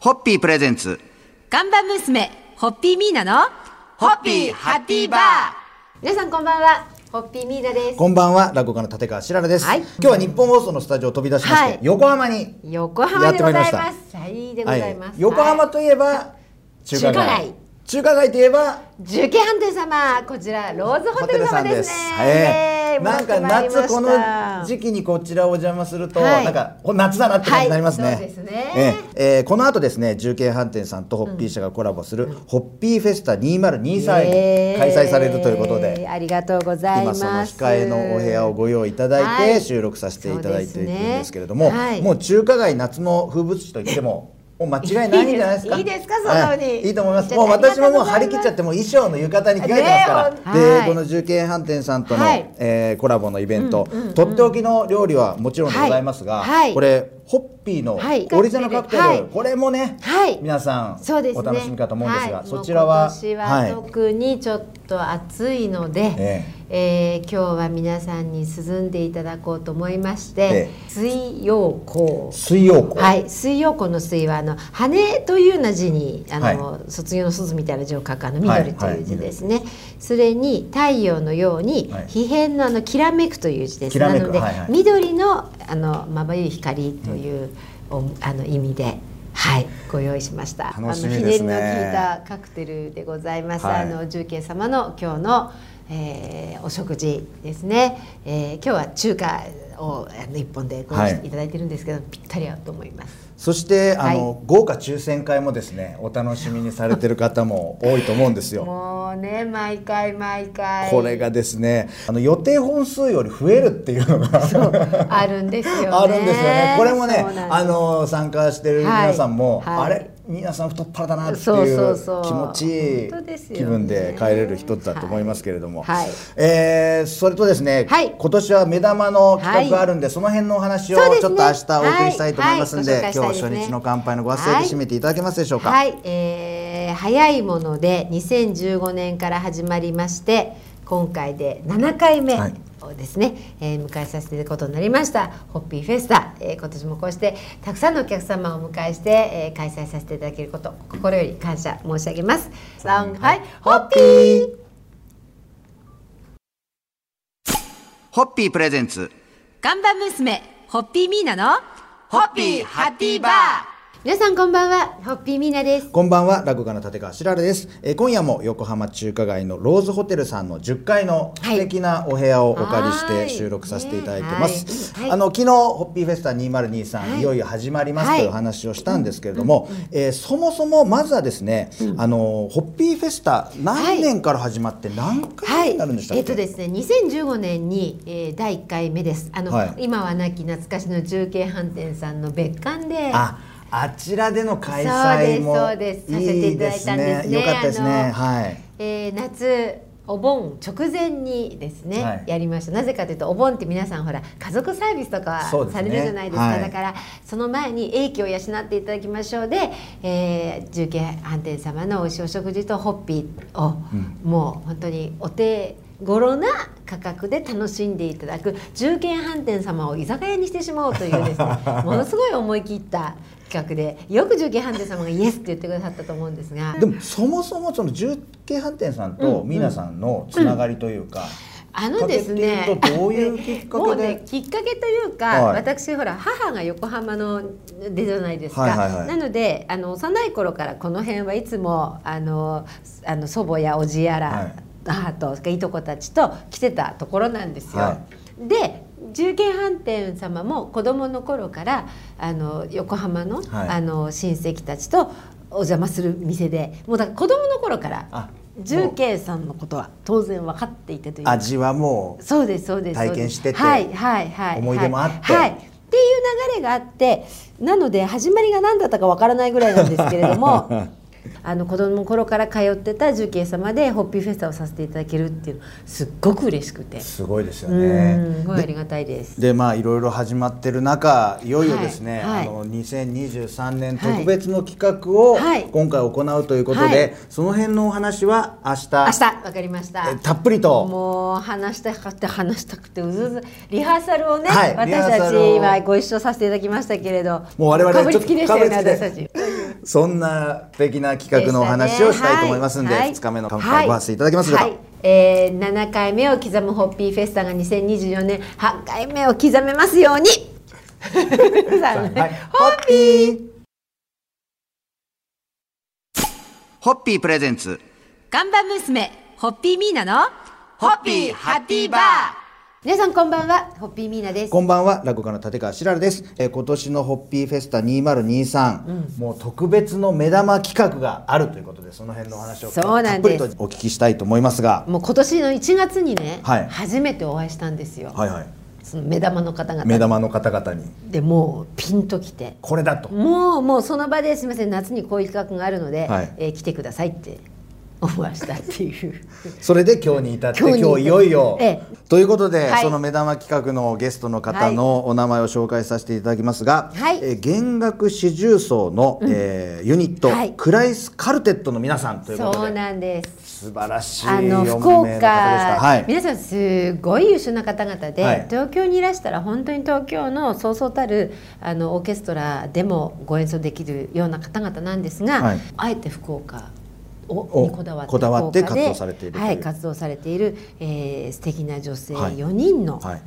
ホッピープレゼンツ。ガンバ娘、ホッピーミーナの、ホッピーハッピーバー皆さんこんばんは、ホッピーミーナです。こんばんは、落語家の立川しららです、はい今日は日本放送のスタジオを飛び出しまして、はい横浜に。横浜でございやまってまいりましす。たはい、でございます。はい横浜といえば中華街。中華街中華街といえば重慶飯店様、こちらローズホホテテルル様さんでですす。ね。はいイエーイなんか戻ってまいりま夏したこの時期にこちらをお邪魔すると、はいなんかこ夏だなって感じになりますね。はいそうですねえええーこの後ですね、重慶飯店さんとホッピー社がコラボする、ホッピーフェスタ2023イエーイ開催されるということで。ありがとうござい今ます。その控えのお部屋をご用意いただいはてい収録させていただいているんですけれどそも、うですねはいもう中華街夏の風物詩と言っても。もう間違いないんじゃないですか。いいですいいですかそんなのにはいいいと思いまちす。ょっともう私ももうあ張りり切がとうございますっちゃって、もう衣装の浴衣に着替えてますから。ねえで、はいこの重慶飯店さんとの、はいえーコラボのイベント、とっておきの料理はもちろんでございますが、はいはいこれホッピーのはいオリジナルカクテル、はいこれもね、はい皆さんそうですね、お楽しみかと思うんですが、はいそちらはもう今年ははい特にちょっと暑いので、ええー今日は皆さんに涼んでいただこうと思いまして、え水曜校水曜湖。はい、水曜校の水はあの羽というような字にあの、は卒業の卒みたいな字を書くあのはい緑という字ですね、それに太陽のようにはい皮辺のあのきらめくという字ですきらなめくので、はいはい緑のあのまばゆい光という、おあの意味で。はい、ご用意しました。楽しみあのひでねすりねの効いたカクテルでございます。はいあの重慶様の今日の、えーお食事ですね。えー今日は中華をあの一本でご用意していただいてるんですけど、ぴったり合うと思います。そして、はいあの豪華抽選会もですねお楽しみにされてる方も多いと思うんですよ。もうね毎回毎回これがですねあの予定本数より増えるっていうのがあるんですよね あるんですよね。これもねそうなんですあの参加してる皆さんも、はいはいあれ皆さん太っ腹だなってそういそううそう気持ちいい本当ですよね気分で帰れる人だと思いますけれども、はいはいえーそれとですね、はい今年は目玉の企画があるんで、その辺のお話をそうですねちょっと明日お送りしたいと思いますんで、はいはいご紹今日介したいですね初日の乾杯のご発声で締めていただけますでしょうか。はい、えー早いもので2015年から始まりまして今回で7回目はいをですね、えー迎えさせていただくことになりましたホッピーフェスタ、えー今年もこうしてたくさんのお客様をお迎えして、えー開催させていただけること心より感謝申し上げます。さんはい、ホッピーホッピープレゼンツ。ガンバ娘、ホッピーミーナの、ホッピーハッピーバー皆さんこんばんは、ホッピーミーナです。こんばんは、落語家の立川しららです、えー今夜も横浜中華街のローズホテルさんの10階のはい素敵なお部屋をお借りしはてい収録させていただいてます。ねはいあの昨日ホッピーフェスタ2023、はいい、よいよ始まりますはいというお話をしたんですけれども、えーそもそもまずはですね、あのホッピーフェスタ何年から始まって何回目になるんでしたっえけ？っとですね、2015年に、えー、第1回目です。あの、はい今は亡き懐かしの重慶飯店さんの別館で。あ。あちらでの開催もそうですそうですさせていただいたんですねいいよかったですあね。のはい。えー夏お盆直前にですね、はいやりましたなぜかというとお盆って皆さんほら家族サービスとかそうですさねれるじゃないですかはいだからその前に英気を養っていただきましょうで、えー、重慶飯店様のおいしいお食事とホッピーを、もう本当にお手頃な価格で楽しんでいただく重慶飯店様を居酒屋にしてしまおうというですねものすごい思い切った企画でよく重慶飯店様がイエスって言ってくださったと思うんですがでもそもそもその重慶飯店さんとミーナさんのつながりというか、あのですねきっかけっていうとどういうきっかけでもうねきっかけというか、はい私ほら母が横浜の出じゃないですか、はいはいはいなのであの幼い頃からこの辺はいつもあのあの祖母やおじやら、はい母といとこたちと来てたところなんですよ。はで重慶飯店様も子供の頃からあの横浜の,、はいあの親戚たちとお邪魔する店でもうだから子供の頃からあ重慶さんのことは当然分かっていてというか味はもうそうですそうです体験しててはいはいはい思い出もあってはいっていう流れがあってなので始まりが何だったかわからないぐらいなんですけれど もあの子供の頃から通ってた重慶様でホッピーフェスタをさせていただけるっていうのすっごく嬉しくてすごいですようんねす。ごいありがたいです。でまあいろいろ始まってる中いよいよですね、はいはいあの2023年はい特別の企画をはい今回行うということで、はいその辺のお話は明日明日わかりましたえ。たっぷりともう話したくて話したくてうずうずリハーサルをね、はいリハ私ーたサちルをはご一緒させていただきましたけれどもう我々かぶりつきでしたよねちょっと私かぶたりつきちでそんな素敵な企画のお話をしたいと思いますんで、でしたねはい2日目の乾杯ご発声いただけますでしょうか、はい、えー、7回目を刻むホッピーフェスタが2024年8回目を刻めますよ う にさあねはいホッピーホッピープレゼンツ看板娘、ホッピーミーナの、ホッピーハッピーバー皆さんこんばんはホッピーミーナですこんばんは、落語家の立川しららです。えー今年のホッピーフェスタ2023、もう特別の目玉企画があるということで、その辺のお話をそうたなっんぷでりすとお聞きしたいと思いますが、もう今年の1月にね、はい初めてお会いしたんですよ、はいはい、その目玉の方々目玉の方々にでもうピンときてこれだと。もうもうその場ですみません夏にこういう企画があるので、はいえー来てくださいって思わし たっていうそれで今日に至って今今日日にいよいよ、ええということで、はいその目玉企画のゲストの方のお名前を紹介させていただきますが、はいえー弦楽四重奏の、えーユニット、はいクライスカルテットの皆さんということでそうなんです素晴らしいあ4名のの方でした。福岡、はい、皆さんすごい優秀な方々で、はい東京にいらしたら本当に東京のそうそうたるあのオーケストラでもご演奏できるような方々なんですが、はいあえて福岡おをにこだわってこだわって福岡で活動されているというはい、活動されている、えー、素敵な女性はい4人の、はい、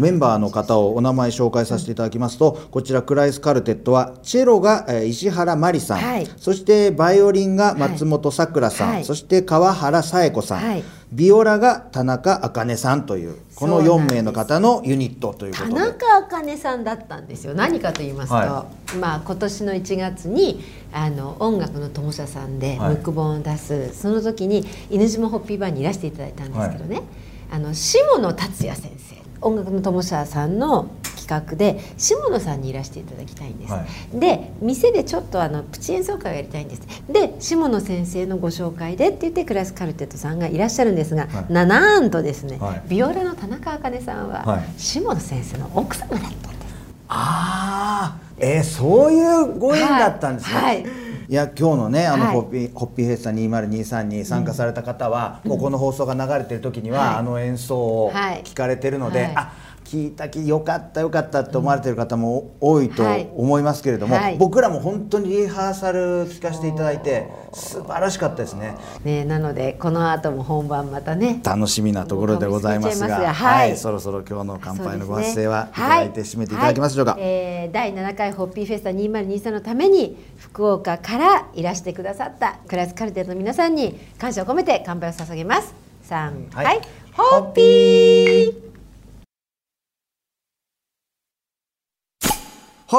メンバーの方をお名前紹介させていただきますと、こちらクライスカルテットはチェロがえー石原真理さん、はいそしてバイオリンが松本さくらさん、はいそして川原紗恵子さん、はいビオラが田中茜さんというこのそうなん4です名の方のユニットということ田で中茜さんだったんですよ何かと言いますと、はまあ、今年の1月にあの音楽の友社さんでムはいック本を出す、その時に犬島ホッピーバーにいらしていただいたんですけどね、あの下野達也先生音楽の友社さんの企画で下野さんにいらしていただきたいんです、はで店でちょっとあのプチ演奏会をやりたいんですで下野先生のご紹介でって言ってクラスカルテットさんがいらっしゃるんですが、はいななんとですね、はいビオラの田中茜さんは、はい下野先生の奥様だったんです。ああえーそういうご縁だったんですね、はいいはいや今日のねあのはいホッピー、ホッピーフェスタ2023に参加された方は、もうこの放送が流れてる時には、はいあの演奏をはい聞かれてるので、はいあ聞いたきよかったよかったって思われてる方も多いとはい思いますけれども、はい僕らも本当にリハーサル聞かせていただいて素晴らしかったですねね、なのでこの後も本番またね。楽しみなところでございますがもう噛みつぶれちゃいますがははいいそろそろ今日の乾杯のごそうで発す声ねはいただいて締めていただけますでしょうか、はいえー第7回ホッピーフェスタ2023のために福岡からいらしてくださったクラスカルテの皆さんに感謝を込めて乾杯を捧げます。三、ははいい、ホッピー。ホ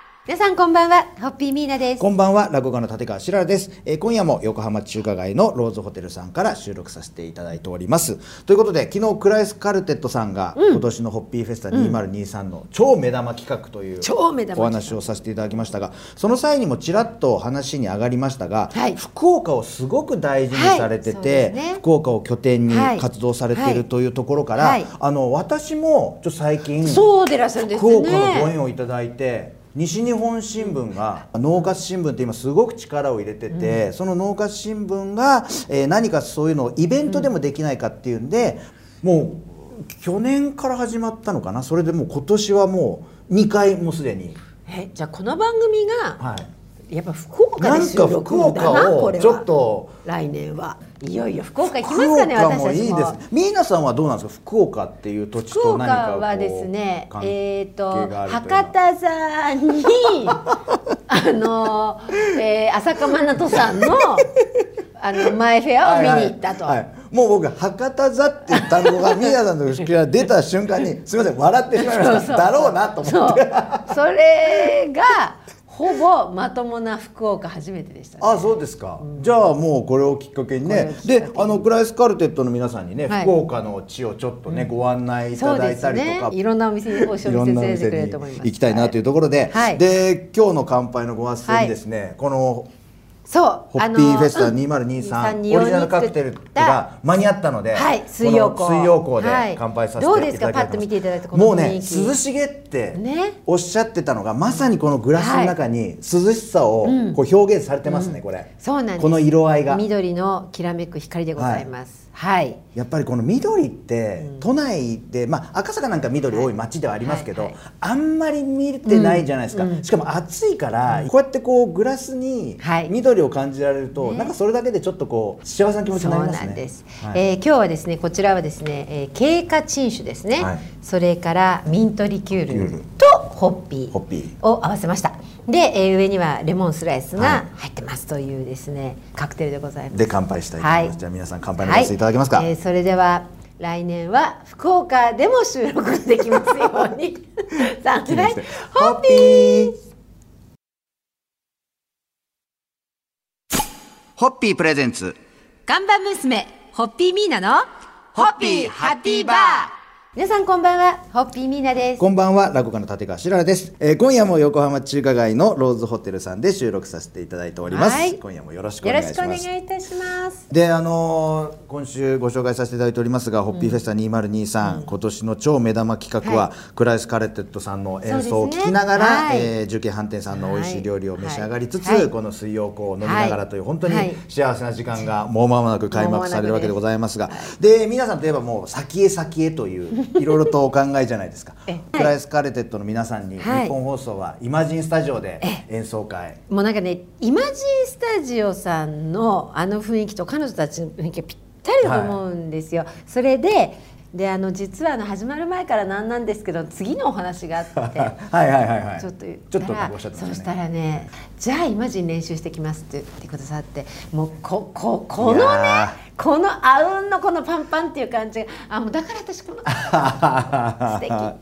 皆さんこんばんは、ホッピーミーナです。こんばんは、落語家の立川しららです、えー今夜も横浜中華街のローズホテルさんから収録させていただいております。ということで、昨日クライスカルテットさんが、今年のホッピーフェスタ2023の超目玉企画という、超目玉企画お話をさせていただきましたが、その際にもちらっと話に上がりましたが、はい福岡をすごく大事にされてはいそうて、ですね福岡を拠点にはい活動されていはるいというところから、はいあの私もちょっと最近、そうでいらっしゃるんです福ね。岡のご縁をいただいて西日本新聞が農活新聞って今すごく力を入れてて、その農活新聞が、えー何かそういうのをイベントでもできないかっていうんで、もう去年から始まったのかなそれでもう今年はもう2回もうすでに、え、じゃあこの番組が、はい、やっぱ福岡なでん収か録福だな岡こをれはちょっと来年はいよいよ福岡行きます福かね岡私もたいちいもですねミーナさんはどうなんですか福岡っていう土地福と何岡かこうはですね関え係っ、とがあるというのは博多さんにあの、えー、浅香真奈さ んのあの前フェアを見に行ったと、はいはいはいもう僕博多座っていう単語が宮さんの口から出た瞬間にすみません笑ってしまいましただろうなと思ってそうそれがほぼまともな福岡初めてでしたねあそうですか、じゃあもうこれをきっかけにねこれをきっでかけにあのクライスカルテットの皆さんにね、はい福岡の地をちょっとね、ご案内いそたうだでいすたりとねかいろんなお店にお店いろをん連なれおて店くれるにと思います行きたいなというところで、はいで今日の乾杯のご発声にですね、このそうホッピーフェスタあの2023、うんオリジナルカクテルが間に合ったので、はい水曜こ港の水曜港ではい乾杯させていただきます、どうですかパッと見ていただいてこのもうね雰囲気涼しげってねおっしゃってたのが、まさにこのグラスの中に涼しさをこう表現されてますね、これそうなんですこの色合いが緑のきらめく光でございます、はいやっぱりこの緑って、都内で、まあ、赤坂なんか緑多い街ではありますけど、はいはいあんまり見てないじゃないですか、しかも暑いから、こうやってこうグラスにはい緑を感じられると、なんかそれだけでちょっとこう幸せな気持ちそになりうますねなんです、はいえー今日はですねこちらはですね、えー、経過陳酒ですね、はいそれからミントリキュリキューールルとホッピホッピーを合わせましたで、えー上にはレモンスライスはいが入ってますというですねカクテルでございますで乾杯したいと思います、はいじゃあ皆さん乾杯のごしていただけますか、はいえーそれでは来年は福岡でも収録できますよ うにさあ、はい、ホッピーーホッピープレゼンツガンバ娘、ホッピーミーナのホッピーハッピーバー皆さんこんばんはホッピーミーナですこんばんは落語家の立川しららです、えー今夜も横浜中華街のローズホテルさんで収録させていただいております、はい今夜もよろしくおよ願いろししまくすお願いいたしますであのー今週ご紹介させていただいておりますが、ホッピーフェスタ2023、今年の超目玉企画は、はクライス・カレッテットさんの演奏をそうです聴ねきながら、はいえー重慶飯店さんの美味しい料理を召し上がりつつ、はいはいこの水曜港を飲みながらという、はい本当にはい幸せな時間がもう間もなく開幕されるわけでございますがで皆さんといえばもう先へ先へと いういろいろとお考えじゃないですかえはいクライス・カレテットの皆さんに、はい日本放送はイマジンスタジオで演奏会もうなんかねイマジンスタジオさんのあの雰囲気と彼女たちの雰囲気がぴったりだと思うんですよ、それでであの実はあの始まる前からなんなんですけど次のお話があっ てはいはいはいはいちょっと言っちたょっらとおっしゃってましたねそしたらねじゃあイマジン練習してきますって言ってくださってもうこここのいねやこのあうんのこのパンパンっていう感じがあもうだから私 この素敵と思って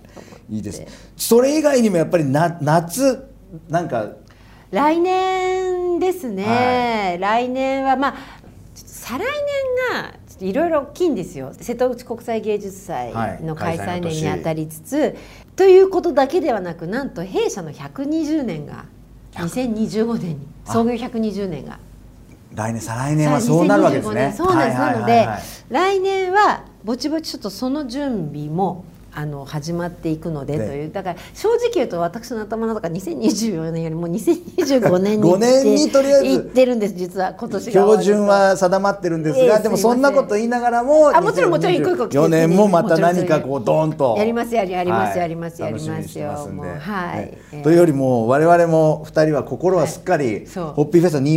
いいです。それ以外にもやっぱりな夏なんか来年ですね、来年はまあちょっと再来年がちょっといろいろ大きいんですよ瀬戸内国際芸術祭のはい開開催催の年年にあたりつつ、ということだけではなくなんと弊社の120年が2025年に創業120年が来年再来年はそうなるわけですね。そうなんです、はいはいはいはいなので来年はぼちぼちちょっとその準備もあの始まっていくのででというだから正直言うと私の頭の中2024年よりも2025年に五年にとりあえず行ってるんです実は今年が終わ標ると準は定まってるんですえが、えでもすいそませんんなこと言いながらも、あもちろんもちろん一個一個季節に4年もまた何かこうドーンとやりますやりやりますはいやりますやります楽しよみにしてますんでもうはいねええというよりも我々も二人は心はすっかりそうホッピーフェスタあの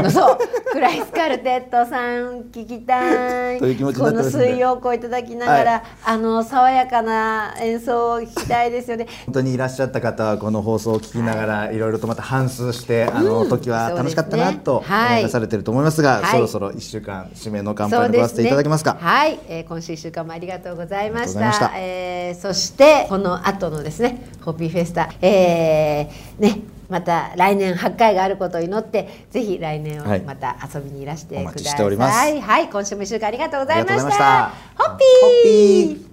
2023そうクライスカルテットさん聞きたいという気持ちになってますんでこの水曜をいただきながら、はいあの爽やかな演奏を聞きたいですよね本当にいらっしゃった方はこの放送を聞きながらいろいろとまた反芻してあの時は楽しかったなとそうですねはい思い出されてると思いますがはいそろそろ1週間締めの乾そ杯うでごでわせていただけますね、かはい、えー、今週一週間もありがとうございましたありがとうございましたえーそしてこの後のですねホッピーフェスタ、えーねまた来年8回があることを祈ってぜひ来年はいはまた遊びにいらしてください、お待ちしておりますはい今週も一週間ありがとうございましたありがとうございましたホッピホッーピー